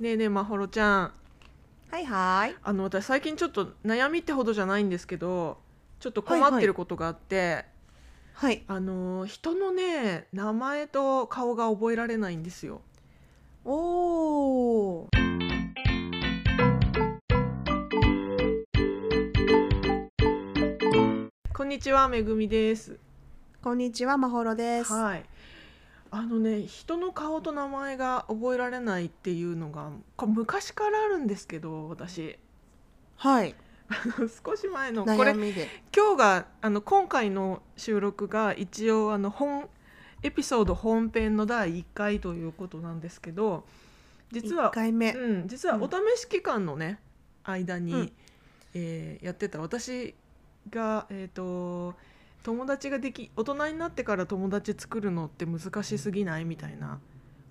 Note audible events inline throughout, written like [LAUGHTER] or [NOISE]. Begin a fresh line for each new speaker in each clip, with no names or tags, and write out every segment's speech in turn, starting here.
ねえねえまほろちゃん
はいはい。
あの私最近ちょっと悩みってほどじゃないんですけどちょっと困
はい
っ
は
て
い
ることがあって、
はい。
あの人のね名前と顔が覚えられないんですよ
おお。
こんにちはめぐみです
こんにちは、まほろです。
はいあのね人の顔と名前が覚えられないっていうのがこ昔からあるんですけど私 [LAUGHS]
はい。
少し前のこれ
悩みで。
今日があの今回の収録が一応あの本エピソード本編の第1回ということなんですけど実は
一、回目。
うん、実は
うん
お試し期間のね、間に、
うん
えーやってた私がえっ、と友達ができ大人になってから友達作るのって難しすぎないみたいな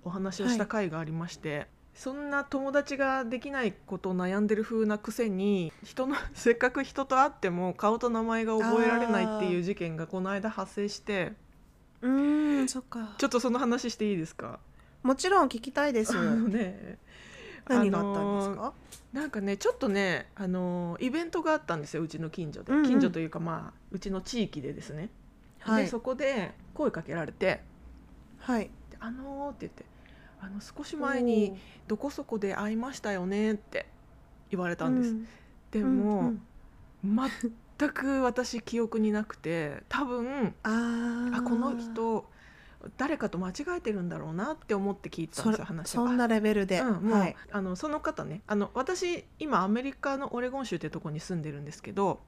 お話をした回がありまして、そんな友達ができないことを悩んでる風なくせに人の [LAUGHS] せっかく人と会っても顔と名前が覚えられないっていう事件がこの間発生して
うーん、そっか
ち。ょっとその話していいですか
もちろん聞きたいです
あ。の [LAUGHS] ね
何があったんですか。
なんかねちょっとねあのーイベントがあったんですようちの近所で、
うんうん
近所というかまあうちの地域でですね、
はい
で。そこで声かけられて
はい。
「あのー」って言って「あの少し前にどこそこで会いましたよね」って言われ
おー。
たんです、
う
で
うん
も、
うん
全く私記憶になくて多分
ああ。
あこの。人誰かと間違えてるんだろうなって思って聞いてたん
そ
で
れ
すよ話
そ
を
んなレベルで。
うん、もう、
はい。
あのその方ねあの私今アメリカのオレゴン州ってとこに住んでるんですけど、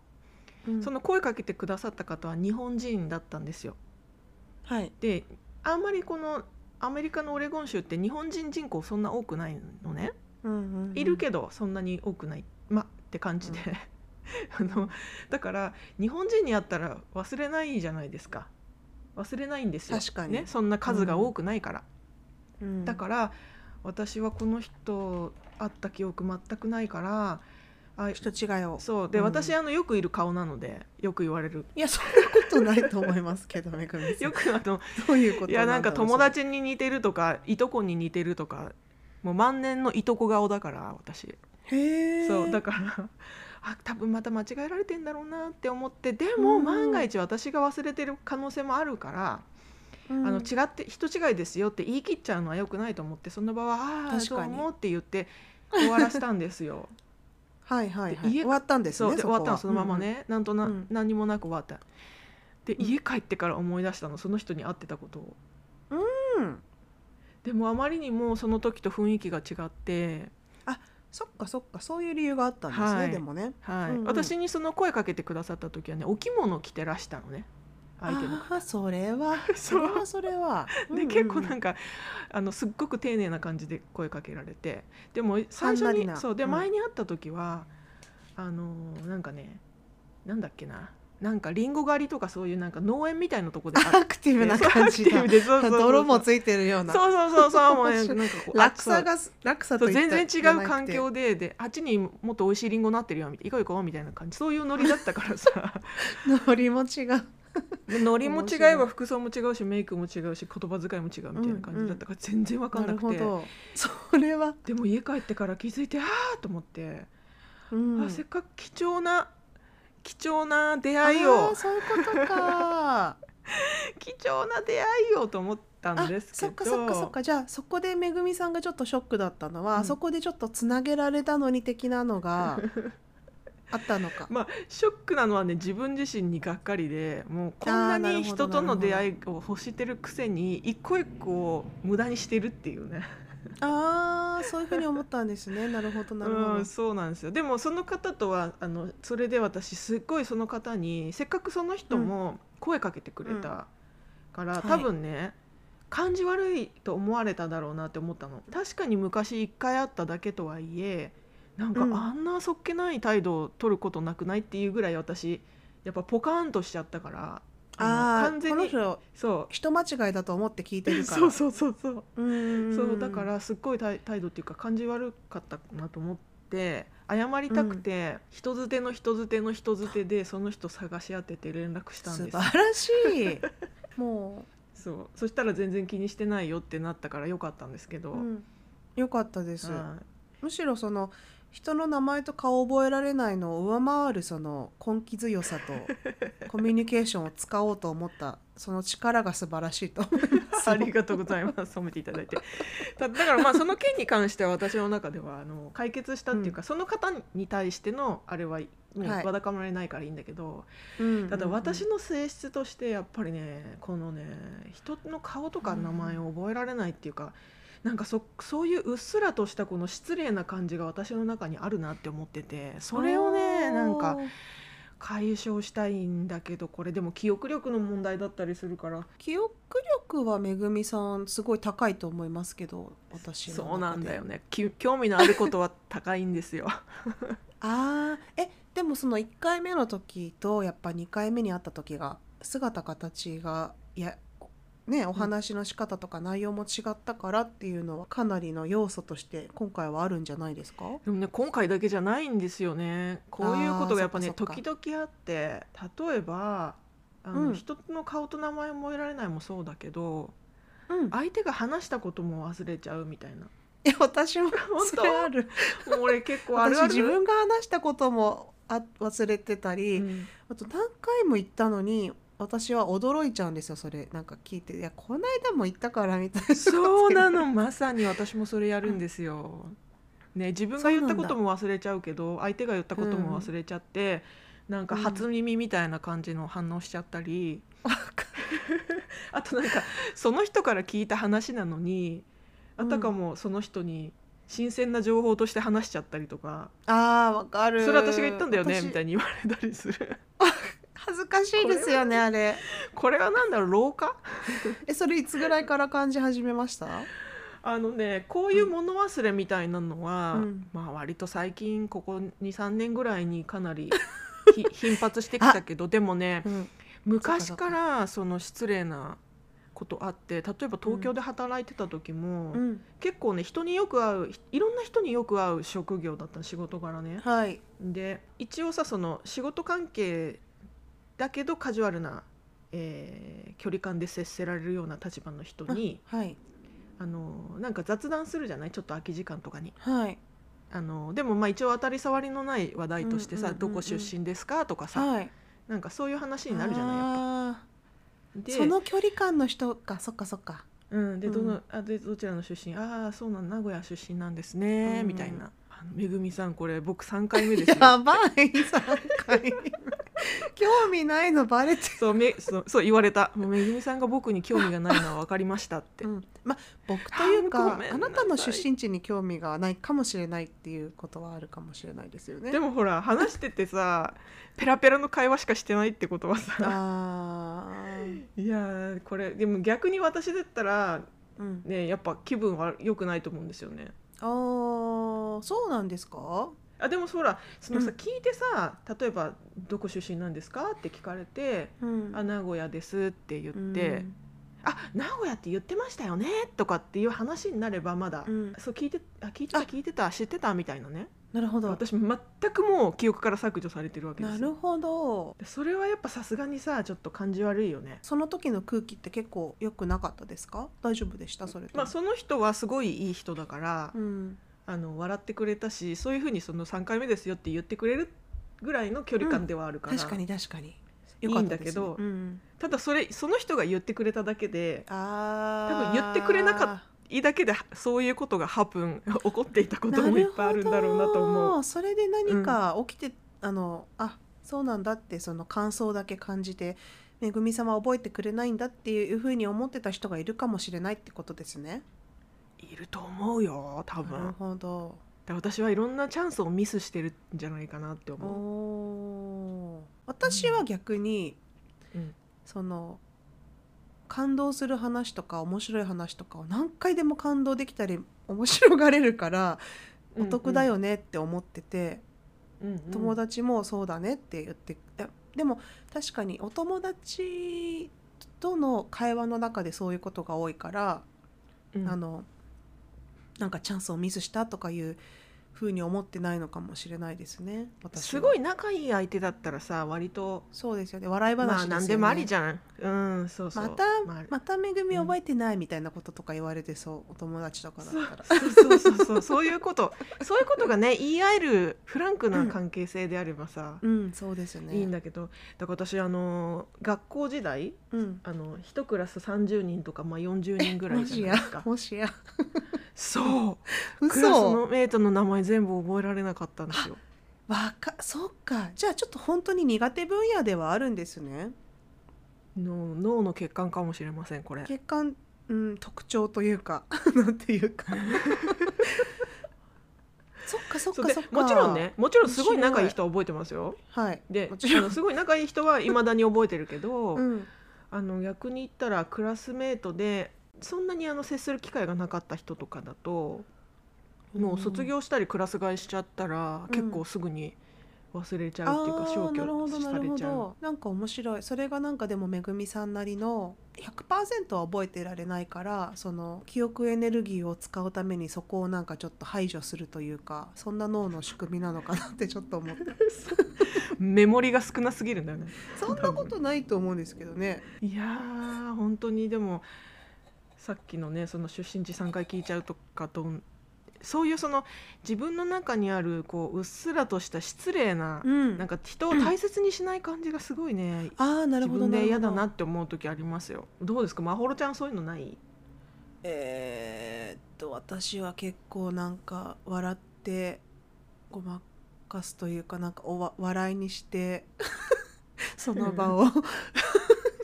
うん
その声かけてくださった方は日本人だったんですよ。
はい。
であんまりこのアメリカのオレゴン州って日本人人口そんな多くないのね、
うんうん。
いるけどそんなに多くないまって感じで、 [LAUGHS] あのだから日本人に会ったら忘れないじゃないですか忘れないんですよ
確かに
ね、そんな数が多くないから、
ど
だから私はこの人会った記憶全くないからあ
人違いを。
そうで、
うん
私あのよくいる顔なのでよく言われる
いや、そんなことないと思いますけど、めぐみさん。
よくあの
どういうこと
いやなんか
だろう
友。達に似てるとかいとこに似てるとかもう万年のいとこ顔だから私、
それへえ。
そうだからあ多分また間違えられてんだろうなって思ってで
う
も
ん
万が一私が忘れてる可能性もあるから、
うん
あの違って人違いですよって言い切っちゃうのは良くないと思ってその場は「ああ
確
そう
かに
思う」って言って終わらせたんですよ。
はいはいはい。
で家
終わったんです
そう
ね。
で終
こ
わ
は
ったのそのまま。
うんうん
ね、なんとな、
うん
何もなく終わったで
うん
家帰ってから思い出したのその人に会ってたことを
うん。
でもあまりにもその時と雰囲気が違って、
そっかそっかそういう理由があったんですね、
はい
でもね
はい
うんうん
私にその声かけてくださった時はねお着物着てらしたのね相手の。
ああそれは
[LAUGHS] そ
そうれはそれはうんう
[LAUGHS]
ん
で
うん
結構なんかあのすっごく丁寧な感じで声かけられてでも最
は
初
んなり
に
な
そうで
うん
前に会った時は、あのーなんかねなんだっけななんかリンゴ狩りとかそういうなんか農園みたいなとこで会っ
アクティブな感じだ
でそうそうそう
泥もついてるような
そうそうそうそうもうね
面白い
なんかこう
落差
あ
が落差
そ
と
うそう
いった
全然違う環境でであっちにもっと美味しいリンゴなってるよみたいな行こう行こうみたいな感じそういうノリだったから
[LAUGHS]
さ
ノリも違う
でノリも違え
面白
ば
い
服装も違うしメイクも違うし言葉遣いも違うみたいな感じだったから全然分かん
な
な
る
く
ほ
て、
どそれは、
でも家帰ってから気づいてああと思って、
うん、
あせっかく貴重な貴重な出会いを
あーそういうことか
貴重な出会いをと思ったん
あ
ですけ
そ
ど
っかそっかそっかじゃあそこでめぐみさんがちょっとショックだったのは、あそこでちょっとつなげられたのに的なの
[LAUGHS]
があったのか
まあ、ショックなのはね自分自身にがっかりでもうこんな
あーなる
に
ほど
人との出会いを欲してるくせに一個一個を無駄にしてるっていうね
ああそういうふうに思ったんですねなるほどなるほど、
うん、そうなんですよでもその方とはあのそれで私すっごいその方にせっかくその人も声かけてくれたから、
はい
多分ね感じ悪いと思われただろうなって思ったの確かに昔一回会っただけとはいえなんか
うん
あんなそっけない態度を取ることなくないっていうぐらい私やっぱポカーンとしちゃったからあ
あ
の
あ
完全
この
に
人 [LAUGHS]
そう
人間違いだと思って聞いてるから
[LAUGHS] そうそうそうそう
うんうんん
そうだからすっごい態態度っていうか感じ悪かったなと思って謝りたくて、人づての人づての人づてでその人探し当てて連絡したん
素
です
晴らし
[LAUGHS]
いも
そうそしたら全然気にしてないよってなったからよかったんですけど、
う、うん、よかったです、
は
むしろその人の名前と顔を覚えられないのを上回るその根気強さ
[LAUGHS]
とコミュニケーションを使おうと思ったその力が素晴らしいと思います。
[LAUGHS] [LAUGHS] ありがとうございます褒めていただいてただ
[LAUGHS]
からまあその件に関しては私の中ではあの解決したっていうか、その方に対してのあれはもう
はい
わだかまれないからいいんだけど、
うん
ただ私
うん
の性質としてやっぱりねこのね人の顔とか名前を覚えられないっていうか、なんかそそういううっすらとしたこの失礼な感じが私の中にあるなって思っててそれをねなんか解消したいんだけどこれでも記憶力の問題だったりするから
記憶力はめぐみさんすごい高いと思いますけど私の中で
そうなんだよねき興味のあることは高いんですよ
あーえでもその1回目の時とやっぱ2回目に会った時が姿形がいやねお話の仕方とか内容も違ったからっていうのはかなりの要素として今回はあるんじゃないですか
でもね今回だけじゃないんですよねこういうことがやっぱね
あーそっかそ
時
っ
々あって例えばあの、
うん
人の顔と名前覚えられないもそうだけど
うん
相手が話したことも忘れちゃうみたい
[LAUGHS]
な
いや私も
本
そ
当
れある
もう俺結構ある
私
ある
自分が話したこともあ忘れてたり、
うん
あと何回も言ったのに私は驚いちゃうんですよそれなんか聞いて「いやこの間も言ったから」みたいな
そうなのまさに私もそれやるんですよ。ね自分が言ったことも忘れちゃうけど相手が言ったことも忘れちゃって、なんか初耳みたいな感じの反応しちゃったり、 [LAUGHS] あとなんかその人から聞いた話なのにあたかもその人に新鮮な情報として話しちゃったりとか、
[LAUGHS] あーわかる
それ私が言ったんだよね
私
みたいに言われたりする [LAUGHS]
恥ずかしいですよねあれ
これはなんだろう老化
えそれいつぐらいから感じ始めました
あのねこういう物忘れみたいなのは、
うん
まあ割と最近ここ23年ぐらいにかなり
[LAUGHS]
ひ頻発してきたけどでもね
うん
昔からその失礼なことあって例えば東京で働いてた時も、
うん
結構ね人によく会ういろんな人によく会う職業だったの仕事柄ね。
はい
で一応さその仕事関係だけどカジュアルな、えー距離感で接せられるような立場の人に。
はい
あのなんか雑談するじゃないちょっと空き時間とかに
はい
あのでもまあ一応当たり障りのない話題としてさ、
うんうんうんうん
どこ出身ですかとかさ、
はい
なんかそういう話になるじゃないやっぱ
あー
で
その距離感の人かそっかそっか
うん、で
うん
どの、あでどちらの出身ああそうなん名古屋出身なんですね、
うん
みたいなあのめぐみさんこれ僕3回目ですよ
[LAUGHS] やばい3回 [LAUGHS] 興味ないのバレて
そうめそうそう言われたもうめぐみさんが僕に興味がないのは分かりましたって、
うん、ま僕という
あー
か
ごめんなさい
あなたの出身地に興味がないかもしれないっていうことはあるかもしれないですよね。
でもほら話しててさペラペラの会話しかしてないってことはさ
あー
いやーこれでも逆に私だったら
うん、
ねやっぱ気分は良くないと思うんですよね。
あーそうなんですか
あでもそらそのさ、
うん
聞いてさ例えば「どこ出身なんですか?」って聞かれて
う
「
ん
あ名古屋です」って言って「あ名古屋って言ってましたよね」とかっていう話になればまだ、
うん
そう聞いてあ聞いてた
あ
聞いてた知ってたみたいなね
なるほど
私全くもう記憶から削除されてるわけで
な
す
る
よ。
ほど
でそれはやっぱさすがにさちょっと感じ悪いよね。
その時の空気って結構良くなかったですか大丈夫でしたそれとも
まあその人はすごいいい人だから、
うん、
あの笑ってくれたしそういうふうにその3回目ですよって言ってくれるぐらいの距離感ではあるから、
確かに確かに
い
良
い
かっ
ん
た
だ
で
け
すね
ど
うん、
ただそれその人が言ってくれただけで
あー
多分言ってくれなかったいいだけでそういうことがハプン [LAUGHS] 起こっていたこと
な
もいっ
るほ
ぱいあるんだろうなと思う
どそれで何か起きて、あのあそうなんだってその感想だけ感じてめぐみさま覚えてくれないんだっていうふうに思ってた人がいるかもしれないってことですね。
いると思うよ多分
なるほど。
だから私はいろんなチャンスをミスしてるんじゃないかなって思う
おー私は逆に、
うん
その感動する話とか面白い話とかを何回でも感動できたり面白がれるから
うん
お
うん
得だよねって思ってて。
うんうん
友達もそうだねって言って、いやでも確かにお友達との会話の中でそういうことが多いから、
うん
あのなんかチャンスをミスしたとかいうふうに思ってないのかもしれないですね私は
すごい仲いい相手だったらさ割と
そうですよね笑い話
まあ何でもありじ
ゃん
ゃんうんそうそう
また
まあ
まためぐみ覚えてないみたいなこととか言われてそうお友達とかだったら
[LAUGHS] そうそうそうそうそういうことそういうことがね言い合えるフランクな関係性であればさ、
うんそうですよね
いいんだけどだから私あの学校時代
うん
あの一クラス30人とか、まあ、40人ぐらい
も
じ
し
ゃ
や
ないですか
もしや
そうクラス
嘘
のメイトの名前全部覚えられなかったんですよ
わかそっかじゃあちょっと本当に苦手分野ではあるんですね
の脳の血管かもしれませんこれ
血管、うん、特徴というか [LAUGHS] なんてい
[LAUGHS]
うかそっかそっ
そう
か
で
そっか
もちろんねもちろんすごい仲いい人は覚えてますよ
はい
で
もち
あ
ろ
の
ん
すごい仲いい人はいまだに覚えてるけど、
うん
あの逆に言ったらクラスメートでそんなにあの接する機会がなかった人とかだともう卒業したりクラス替えしちゃったら、
ん
結構すぐに忘れちゃ
あ
うっていうか消
ーなるほど
去
な
さ
る
れ
ほ
ちゃう
どなんか面白いそれがなんかでもめぐみさんなりの100%は覚えてられないからその記憶エネルギーを使うためにそこをなんかちょっと排除するというかそんな脳の仕組みなのかなって [LAUGHS] ちょっと思った
メモリが少なすぎるんだよね
そんなことないと思うんですけどね
いやー本当にでもさっきのねその出身地3回聞いちゃうとかとそういうその自分の中にあるこううっすらとした失礼な、
うん
なんか人を大切にしない感じがすごいね、
ああなる
自
ほど
分
な
で
るほど
嫌だなって思う時ありますよどうですかまほろちゃんそういうのない
えーっと私は結構なんか笑ってごまかすというかなんかおわ笑いにして
[LAUGHS]
その場を、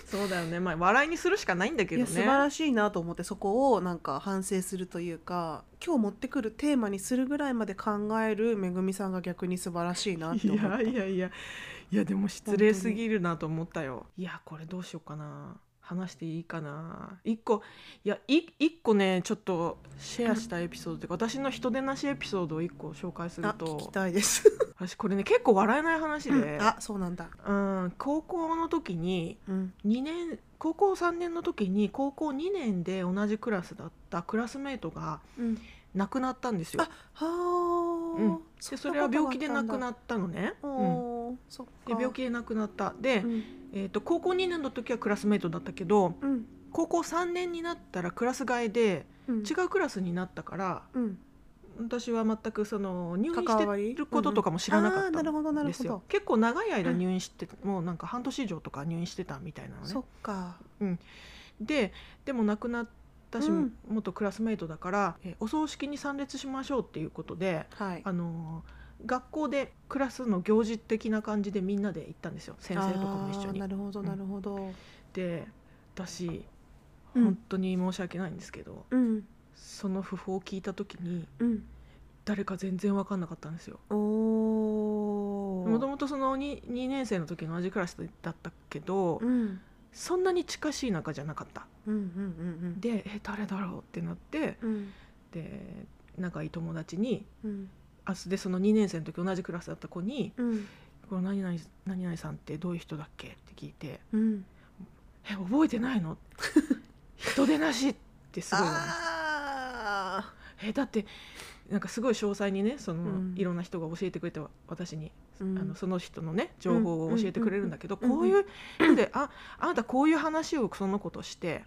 そうだよねまあ笑いにするしかないんだけ
い
ど
や素晴
ね
らしいなと思ってそこをなんか反省するというか今日持ってくるテーマにするぐらいまで考えるめぐみさんが逆に素晴らしいなって思った
いやいやいやいやでも失礼すぎるなと思ったよいやこれどうしようかな話していいかな一個いやい一個ねちょっとシェアしたエピソードというか私の人出なしエピソードを一個紹介する
あ聞き
と
たいです、
私これね結構笑えない話で、
[LAUGHS] あそうなんだ
うん、高校の時に
うん
2年高校3年の時に高校2年で同じクラスだったクラスメートが
うん
亡くなったんですよ
あ。はあ、
うんでそれは病気で亡く
っ
なったのね。
た
う
んだ
ん、
おーそっか
で病気で亡くなったで、
うん
えー、と高校2年の時はクラスメートだったけど
うん
高校3年になったらクラス替えで
うん
違うクラスになったから
うん
私は全くその入院
関わり
してることとかも知らなか
あ
っ
ー
た
なるほどなんる
で
ほ
すよ
ど
結構長い間入院してもうなんか半年以上とか入院してたみたいなの
そ
ね
っか
ででも亡くなったし、
うん
元クラスメートだから、えーお葬式に参列しましょうっていうことで、
はい
あのー学校でクラスの行事的な感じでみんなで行ったんですよ先生とかも一緒
あー
に
な。るほど
うん
なるほど
で私
うん
本当に申し訳ないんですけど、
うん
その訃報を聞いた時に
うん
誰か全然分かんなかったんですよ
おお
もともとその 2, 2年生の時の同じクラスだったけど、
うん
そんなに近しい仲じゃなかった
うんうんうん
でえ誰だろうってなって
うんうん
で仲いい友達に
うん
あでその2年生の時同じクラスだった子に
うん
「この何々何々さんってどういう人だっけ?」って聞いて
うん
「え覚えてない
[LAUGHS]
の? 」人出なしってすごい言われて
あ
えだってなんかすごい詳細にねその、
うん
いろんな人が教えてくれてわ私に、
ーう
あの
ん
その人のね情報を教えてくれるんだけど、
うんうん
こ
う
うんいうのでああなたこういう話をその子として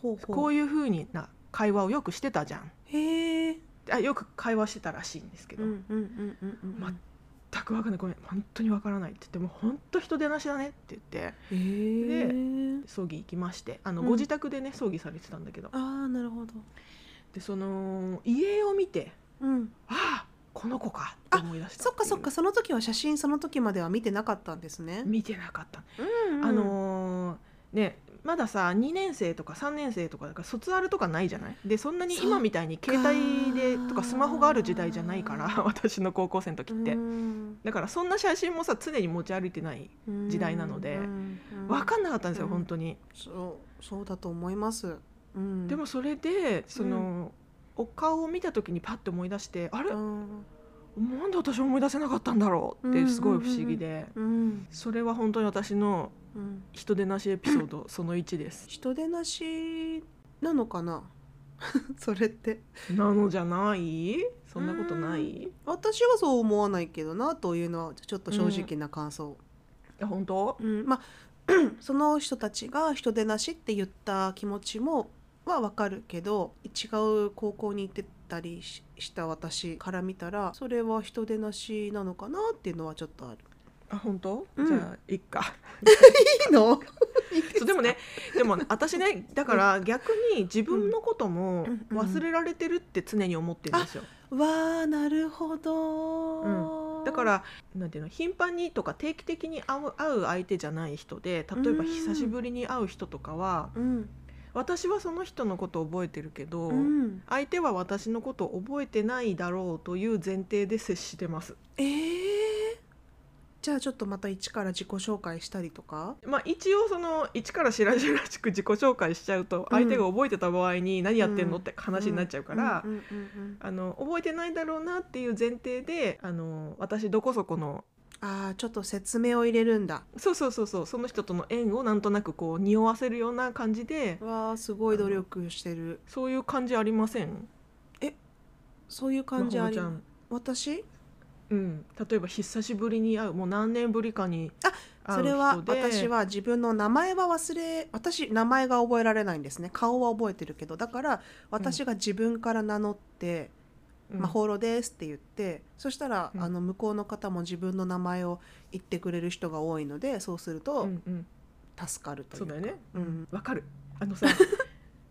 ほう
こ
ほう
ういうふうにな会話をよくしてたじゃん
へえ
あよく会話してたらしいんですけ
う
ど、
んうんうんうんうん
ま全く分かんないごめん本当に分からないって言ってもう本当人出なしだねって言って
へえ
葬儀行きましてあの、
うん
ご自宅でね葬儀されてたんだけど
ああなるほど
でその遺影を見て
うん
ああこの子かって思い出したていう
そっかそっかその時は写真その時までは見てなかったんですね
見てなかった
うんうん
あのーねまださ2年生とか3年生とかだから卒アルとかないじゃないでそんなに
そっか
今みたいに携帯でとかスマホがある時代じゃないから私の高校生の時って、
うん
だからそんな写真もさ常に持ち歩いてない時代なので分か
ん
んなかったんですよ、
うん
本当に
そうそうだと思います、うん、
でもそれでその、お顔を見た時にパッて思い出してあれ
う
なんんで私思い出せなかったんだろうっ
う
て
ん
すごい不思議で、
うん
それは本当に私の
うん
人出なしエピソードその1です
人出なしなのかなそれって
なのじゃないそんなことない
私はそう思わないけどなというのはちょっと正直な感想、
あ本当
うんまあ [CLEARS THROAT] その人たちが人でなしって言った気持ちもはわかるけど違う高校に行ってたりしした私から見たらそれは人でなしなのかなっていうのはちょっ
[LAUGHS]
とある。
あ本当、
うん
じゃあいっか
いい [LAUGHS] の
そうでもねでもね私
[LAUGHS]
ねだから逆に自分のことも
うんうん
忘れられてるって常に思ってるんですよ、
わあなるほど、
だからなんていうの頻繁にとか定期的に会う会う相手じゃない人で例えば
うん
久しぶりに会う人とかは
うん、
私はその人のことを覚えてるけど、
うん、
相手は私のことを覚えてないだろうという前提で接してます。
えー、じゃあちょっとまた一から自己紹介したりとか
まあ、一応その一から白々しく自己紹介しちゃうと相手が覚えてた場合に何やってんのって話になっちゃうから、
うんうんうんうん
あの覚えてないだろうなっていう前提であの私どこそこの
ああちょっと説明を入れるんだ
そうそうそうそうその人との縁をなんとなくこう匂わせるような感じで
わあすごい努力してる
そういう感じありません
そういう感じあり
まほの
私
ちゃん、うん、例えば久しぶりに会うもう何年ぶりかに会う
それは
人で
私は自分の名前は忘れ私名前が覚えられないんですね顔は覚えてるけどだから私が自分から名乗って「
うん
まほろです」って言ってそしたら、
うん
あの向こうの方も自分の名前を言ってくれる人が多いのでそうする
う
と
んうん
助かるという
そう
か
だよね
うん
わかるあ
[LAUGHS]
のさ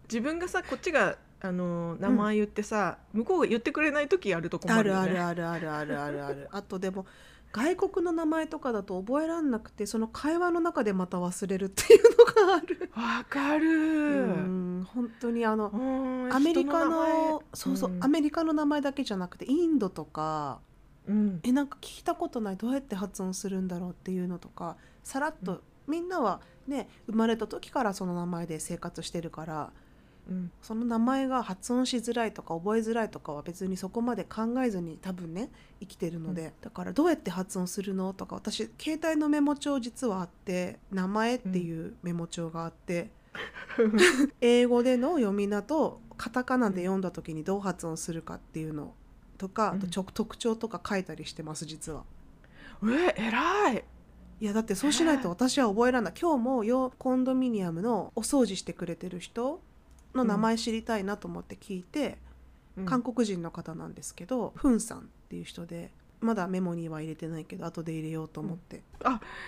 自分がさこっちがあの名前言ってさ、向こうが言ってくれない時あると困
あ
る
る
よ
あ
ね
るあるあるあるあるあるあとでも外国の名前とかだと覚えらんなくてその会話の中でまた忘れるっていうのがある
わか
う
る
ん本当にあの
うん
アメリカ
人名前
のそうそう、
うん
アメリカの名前だけじゃなくてインドとか
うん
えなんか聞いたことないどうやって発音するんだろうっていうのとかさらっと、
う
みんなはね生まれた時からその名前で生活してるから
うん
その名前が発音しづらいとか覚えづらいとかは別にそこまで考えずに多分ね生きてるので、だからどうやって発音するのとか私携帯のメモ帳実はあって名前っていうメモ帳があって。英語での読み名とカタカナで読んだ時にどう発音するかっていうのとか、あとちょ特徴とか書いたりしてます実は。
[LAUGHS] え偉い
いやだってそうしないと私は覚えらんない今日もよコンドミニアムのお掃除してくれてる人の名前知りたいなと思って聞いて、
うん
韓国人の方なんですけどフンさんっていう人でまだメモには入れてないけど後で入れようと思って、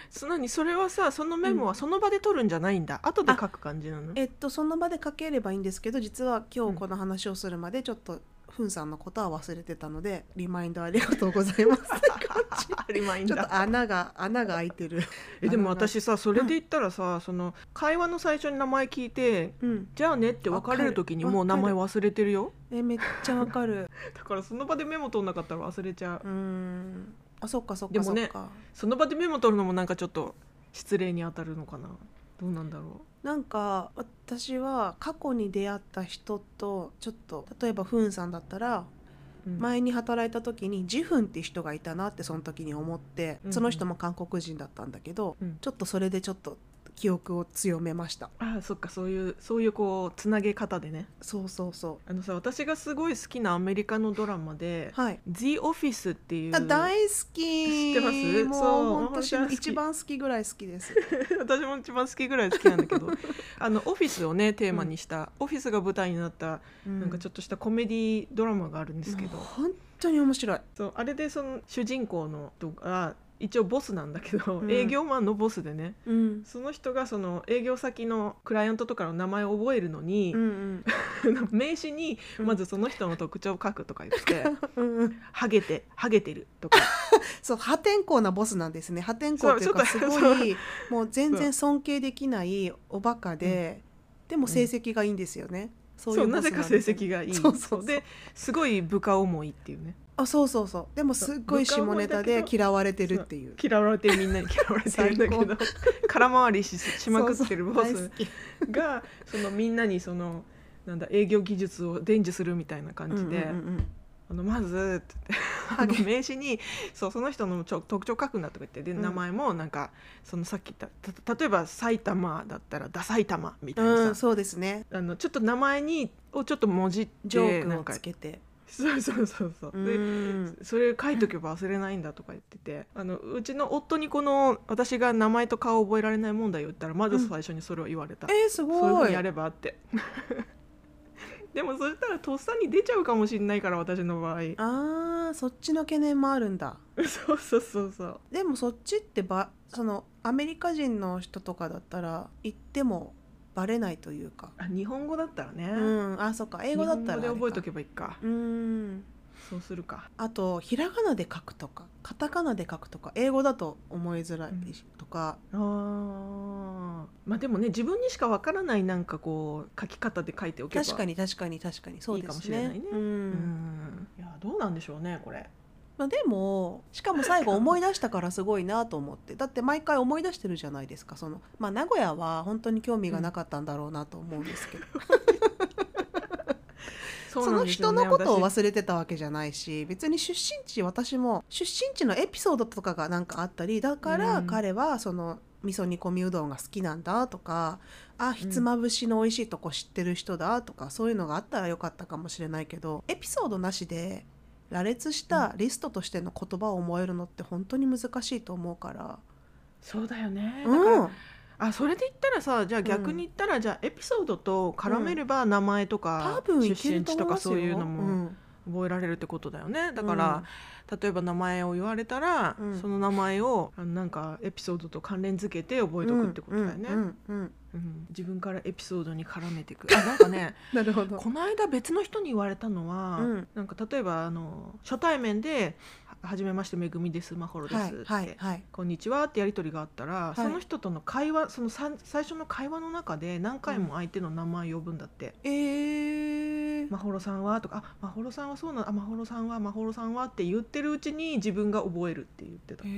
そなにそれはさそのメモはその場で取るんじゃないんだ、後で書く感じなの
えっとその場で書ければいいんですけど実は今日この話をするまでちょっとふんさんのことは忘れてたのでリマインドありがとうございます
リマイン
ち
ダ
ょっ
ー
と穴が穴が開いてる
えでも私さそれで言ったらさ、その会話の最初に名前聞いて
[LAUGHS] うん
じゃあねって別れる時に
わかる
もう名前忘れてるよ
えめっちゃわかる
だからその場でメモ取んなかったら忘れちゃう、
[LAUGHS] うーんあそっかそっ
で
かそ
も
っ
ね
か、
その場でメモ取るのもなんかちょっと失礼に当たるのかなどうなんだろ
なんか私は過去に出会った人とちょっと例えばふんさんだったら
う、うん
前に働いた時にジフンって人がいたなってその時に思って
うんうん
その人も韓国人だったんだけど、
うん
ちょっとそれでちょっと記憶を強めました
ああそっかそういうそういうこうつなげ方でね
そうそうそ
あのさ私がすごい好きなアメリカのドラマで
うはい
「The Office」っていう
あ大好き
知ってます
も
そ
う
う
本当
私も好き
一番好きぐらい好きです
[LAUGHS] 私も一番好きぐらい好きなんだけど [LAUGHS] あのオフィスをねテーマにした、オフィスが舞台になったなんかちょ
っ
っとしたコメディドラマがあるんですけど、
本当に面白い
そうあれでその主人公の人が一応ボスなんだけど、
うん
営業マンのボスでね
うん
その人がその営業先のクライアントとかの名前を覚えるのに
う、ん
名刺に
うん
[LAUGHS] まずその人の特徴を書くとか言
[LAUGHS]
って
うんうん
「ハゲてハゲてる」とか
そう破天荒なボスなんですね破天荒というか
そ
す
うちょっと
ごいもう全然尊敬できないおバカで、でも成績がいいんですよね、そ
そうう
いう
なぜか成績
が
がいい
そうそうそう
ですごい部下思いっていうね
あそうそうそうでもすっごい
そう
下ネタで
部下思いだけ
嫌われてるっていう
嫌われてるみんなに嫌われてるんだけど空回りししまくってるボ
そうそう大
ス
好き
がそのみんなにそのなんだ営業技術を伝授するみたいな感じで。
うんうんうんうん
あのまずって言ってあの名刺にそうその人のちょ特徴書くんだとか言ってで
うん
名前もなんかそのさっき言ったた例えば埼玉だったら「ダ埼玉」みたいなさ、
うん、そうですね
あのちょっと名前にをちょっともじって
ジョー
な
ク
ん
を
か
つけて
そうそうそうそうう、で
ん
それ書いとけば忘れないんだとか言っててあのうちの夫にこの私が名前と顔を覚えられない問題を言ったらまず最初にそれを言われた、
えー、す
そういうふ
ご
うに
い
やればって [LAUGHS] でもそしたらとっさに出ちゃうかもしれないから私の場合
あーそっちの懸念もあるんだ
そうそうそうそう
でもそっちってばそのアメリカ人の人とかだったら行ってもバレないというか
あ日本語だったらね、
うんあそっか英語だったら
日本語で覚えと
ば
けばいいか、
うん
そうするか
あとひらがなで書くとかカタカナで書くとか英語だと思いづらいとか、
あーまあでもね自分にしかわからないなんかこう書き方で書いておけば
確かに確かに確かにそうです
いい
ね
かもしれないね
うん
うんいやどうなんでしょうねこれ
まあ、でもしかも最後思い出したからすごいなと思ってだって毎回思い出してるじゃないですかその、まあ、名古屋は本当に興味がなかったんだろうなと思うんですけど、
そ
そ
な
の
んですよ
人
ね
のことを
私
忘れてたわけじゃないし別に出身地私も出身地のエピソードとかがなんかあったりだから
うん
彼はその味噌煮込みうどんが好きなんだとかあひつまぶしの美味しいとこ知ってる人だとかそういうのがあったらよかったかもしれないけどエピソードなしで羅列したリストとしての言葉を覚えるのって本当に難しいと思うから。
そうだよねだ
う
から、
ん
あそれで言ったらさじゃあ逆に言ったら、じゃあエピソードと絡めれば名前と
多
か、
分いけ
出
る
身
と
地
思
と
い
か
ますよ
そういうの
う
も
ん
覚えられるってことだよね、だから、例えば名前を言われたら、
うん
その名前をあのなんかエピソードと関連づけて覚えとくってことだよね、
うんうんうんう
う
ん
ん自分からエピソードに絡め
[LAUGHS]
ていくあなんかね
なるほど。
この間別の人に言われたのは、
うん
なんか例えばあの初対面で「ははじめましてめぐみですマホロです」
はい
って、
はいはい。
こんにちは」ってやり取りがあったら、
い
その人との会話そのさん最初の会話の中で何回も相手の名前呼ぶんだって
え
「
ー
まほろさんは?」とか「あまほろさんはそうなのあまほろさんはまほろさんは」って言ってるうちに自分が覚えるって言ってた
え。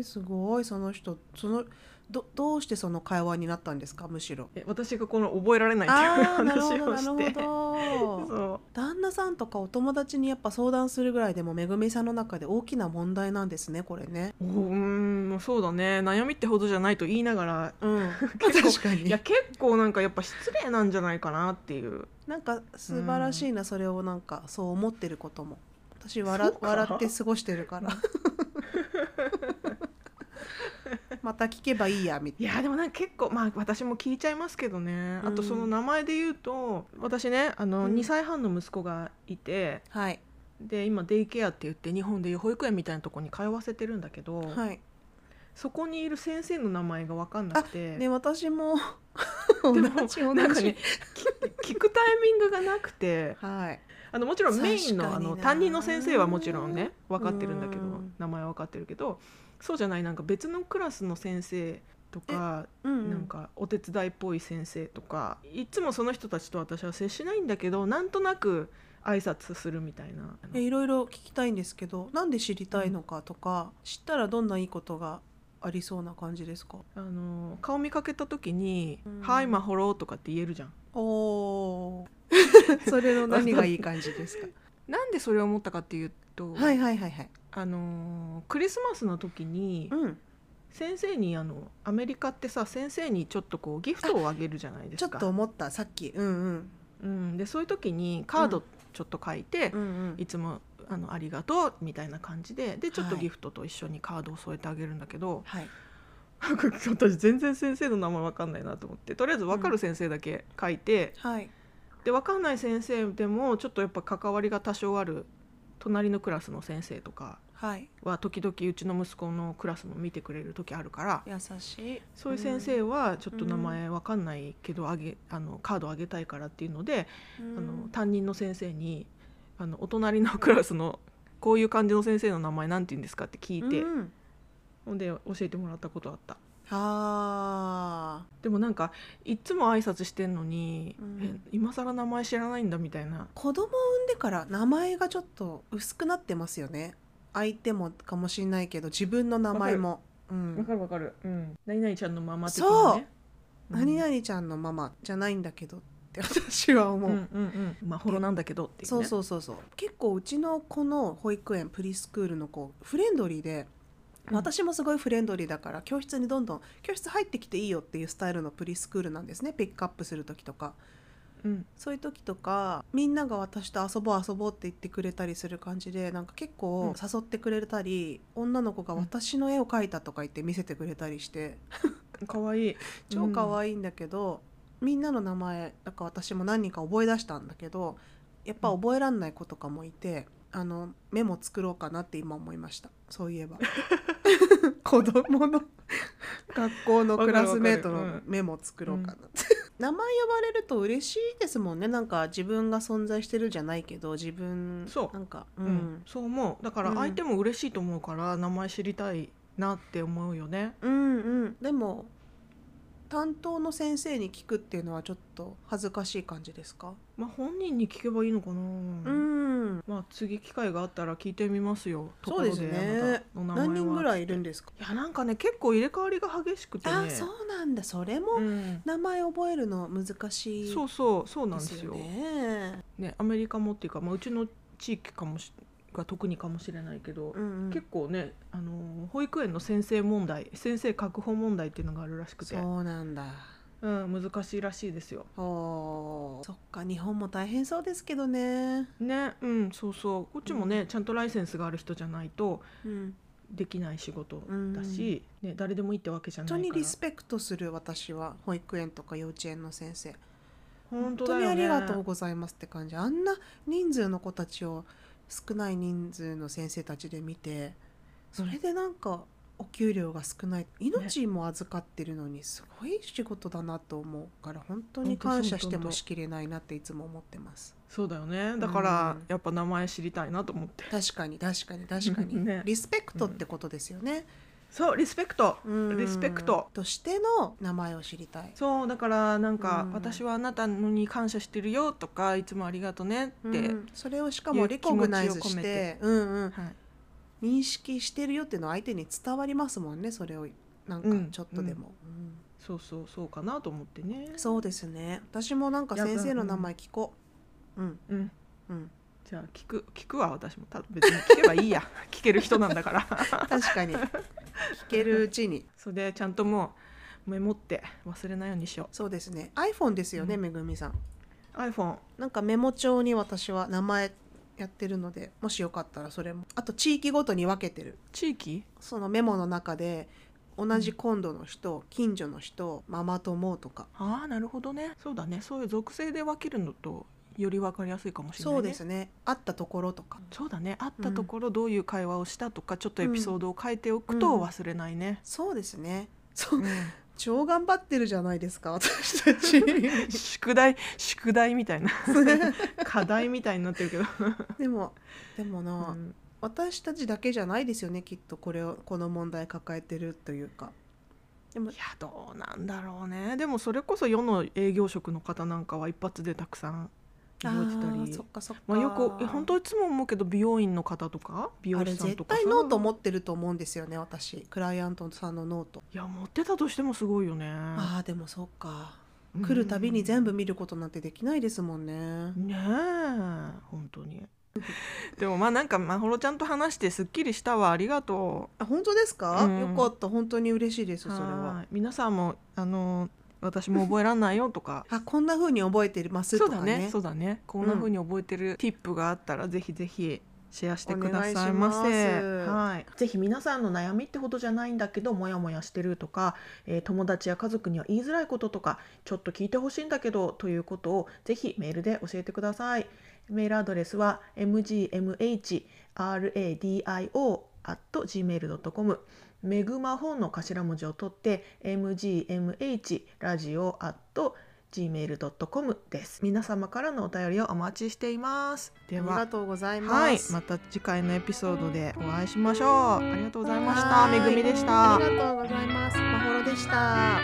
ー、すごいその人そのどどうしてその会話になったんですかむしろ。
え私がこの覚えられないっていう
ああーなる
話
ほど
を
なる
して。
ほど。
そう
旦那さんとかお友達にやっぱ相談するぐらいでもめぐみさんの中で大きな問題なんですねこれね。
おうーんそうだね悩みってほどじゃないと言いながら
うん、
[LAUGHS] 結構
確か
い
に
や結構なんかやっぱ失礼なんじゃないかなっていう
なんか素晴らしいな、それをなんかそう思ってることも私笑
そうか
笑って過ごしてるから
[LAUGHS]
[LAUGHS] また聞けばいいやみた
い
いな
やでもなんか結構まあ私も聞いちゃいますけどね、
うん
あとその名前で言うと私ねあの
うん
2歳半の息子がいて、
はい
で今デイケアって言って日本でいう保育園みたいなとこに通わせてるんだけど、
はい
そこにいる先生の名前が分かんなくて、
ね私 [LAUGHS] も同
で
じ
も
同じ
なんかね [LAUGHS] 聞くタイミングがなくて
はい
あのもちろんメイン
確
の
か
あ
にな
の担任の先生はもちろんね分かってるんだけど
うん
名前は分かってるけどそうじゃないなんか別のクラスの先生とか
うんうん
なんかお手伝いっぽい先生とかいつもその人たちと私は接しないんだけどなんとなく挨拶するみたいなあの
えいろいろ聞きたいんですけどなんで知りたいのかとか、知ったらどんないいことがありそうな感じですか
あの顔見かけた時に
うん
「はいまほろ」とかって言えるじゃん。
おー [LAUGHS] それの何がいい感じですか
なんでそれを思ったかっていうと、
[LAUGHS] はいはいはいはい
あのクリスマスの時に
うん
先生にあのアメリカってさ先生にちょっとこうギフトをあげるじゃないで
ちょ
す
っ
か。
と思ったさっきうんうん
うん、でそういう時にカードちょっと書いて、
うんうん
いつもあのありがとうみたいな感じででちょっと
はい
ギフトと一緒にカードを添えてあげるんだけど、
はい
なんか私全然先生の名前わかんないなと思ってとりあえず分かる先生だけ書いて、
はい
で分かんない先生でもちょっとやっぱ関わりが多少ある隣のクラスの先生とか
はい
は時々うちの息子のクラスも見てくれる時あるから
優しい
そういう先生はちょっと名前わかんないけどあげあのカードあげたいからっていうので、
うん
あの担任の先生にあのお隣のクラスの [LAUGHS] こういう感じの先生の名前なんて言うんですかって聞いて、
うん
ほんで教えてもらったことあった。
あー
でもなんかいっつも挨拶してんのに、
うん
え今更名前知らないんだみたいな
子供を産んでから名前がちょっと薄くなってますよね相手もかもしれないけど自分の名前も、うん、
かるわかる、うん、何々ちゃんのママ的
そ
な
う
ね
何々ちゃんのママじゃないんだけどって私は
も
思う、
うんうんうんまあほろなんだけどっていうね
そうそうそうそう結構うちの子の保育園プリスクールの子フレンドリーで
うん
私もすごいフレンドリーだから教室にどんどん教室入ってきていいよっていうスタイルのプリスクールなんですねピックアップする時とか
うん
そういう時とかみんなが私と遊ぼう遊ぼうって言ってくれたりする感じでなんか結
うん
構誘ってくれたり、女の子が
うん
私の絵を描いたとか言って見せてくれたりして
かわいい
超可
い
愛いんだけど、みんなの名前だから私も何人か覚え出したんだけどやっぱ覚えらんない子とかもいて、あのメモ作ろうかなって今思いましたそうい
[LAUGHS]
えば子供の学校のクラスメート
わかるわか
の
る
メモ作ろうかなって、名前呼ばれると嬉しいですもんねなんか自分が存在してるじゃないけど自分
そう
なんか
うん、そう思うだから
うん
相手も嬉しいと思うから名前知りたいなって思うよね
うんうんでも担当の先生に聞くっていうのはちょっと恥ずかしい感じですか
まあ本人に聞けばいいのかな、
うん
まあ次機会があったら聞いてみますよとこ
そう
ろ
で
です
ね
あなたの名前は
何人ぐらいいるん
い
ですか
やなんかね結構入れ替わりが激しくてね
あそうなんだそれも
うん
名前覚えるの難しい
そうそうそうなん
で
です
すよ
よ
ね
ね、アメリカもっていうか、まあ、うちの地域かもしが特にかもしれないけど、
うんうん
結構ね、あのー保育園の先生問題先生確保問題っていうのがあるらしくて、
そうなんだ
うん、難しいらしいですよ。
おーそっか日本も大変そうですけどね
ねうんそうそうこっちもね、
うん
ちゃんとライセンスがある人じゃないと
うん
できない仕事だし、ね、誰でもいいってわけじゃ
本
ないか
当
ら
にリスペクトする私は保育園とか幼稚園の先生
本当だよ、ね、
にありがとうございますって感じあんな人数の子たちを少ない人数の先生たちで見てそれでなんかお給料が少ない命も預かってるのにすごい仕事だなと思うから本当に感謝してもしきれないなっていつも思ってます
そうだよねだから、
うん
やっぱ名前知りたいなと思って
確かに確かに確かに、
ね
リスペクトってことですよね、
そうリスペクト
うん
リスペクト
としての名前を知りたい
そうだからなんか、
うん
私はあなたのに感謝してるよとかいつもありがとねって、
うんそれをしかもリコグナイズ
いう気持ちを
し
込め
て
て
うんうん、
はい、
認識してるよっていうのは相手に伝わりますもんねそれをなんか
うん
ちょっとでも、うん
そうそうそうかなと思ってね
そうですね私もなんか先生の名前聞こううん
う、ん、
うん
じゃあ聞く聞くわ私もた別に聞けばいいや [LAUGHS] 聞ける人なんだから
[LAUGHS] 確かに聞けるうちに
それでちゃんともうメモって忘れないようにしよ
そうですね iPhone ですよね、
うん
めぐみさん
う iPhone
なんかメモ帳に私は名前やってるのでもしよかったらそれもあと地域ごとに分けてる
地域
そのメモの中で同じ今度の人、近所の人ママ友とか
ああなるほどねそうだねそういう属性で分けるのとより分かりやすいかもしれない、ね、
そうですね会ったところとか
そうだね会ったところどういう会話をしたとか、ちょっとエピソードを変えておくと
うん
忘れないね、
そうですねそう
うん
超頑張ってるじゃないですか私た [LAUGHS] ち
宿題宿題みたい
[LAUGHS]
な課題みたいになってるけど、
でもでもな、
うん
私たちだけじゃないですよねきっとこれをこの問題抱えてるというかでも
いやどうなんだろうねでもそれこそ世の営業職の方なんかは一発でたくさん覚えてた
あー
り
そっかそっか、
まあ、よくえ本当いつも思うけど美容院の方とか美
あ
容
れ
師さん
絶
とかさ
対ノート持ってると思うんですよね私クライアントさんのノート、
いや持ってたとしてもすごいよね
ああでもそっか来るたびに全部見ることなんてできないですもんね、
ねえ本当に [LAUGHS] でもまあなんかまほろちゃんと話してすっきりしたわありがとう
あ本当ですか、
うん
よかった本当に嬉しいですそれはい
皆さんもあの私も覚えらんないよとか
あこんな風に覚えてます
そう
と
だ
か
ね
ね
そうだねこんな風に覚えてる tips があったらぜひぜひシェアしてくださいませ
お願いします
はい、ぜひ皆さんの悩みってほどじゃないんだけどモヤモヤしてるとか、えー友達や家族には言いづらいこととかちょっと聞いてほしいんだけどということをぜひメールで教えてくださいメールアドレスは mgmhradio.gmail.com メグマ本の頭文字を取って mgmhradio.gmail.com です皆様からのお便りをお待ちしていますで
ありが
は
とうございま
はい
す、
また次回のエピソードでお会いしましょうありがとうございました
はー
め
い
ぐみでした
ありがとうございます。まほろでした。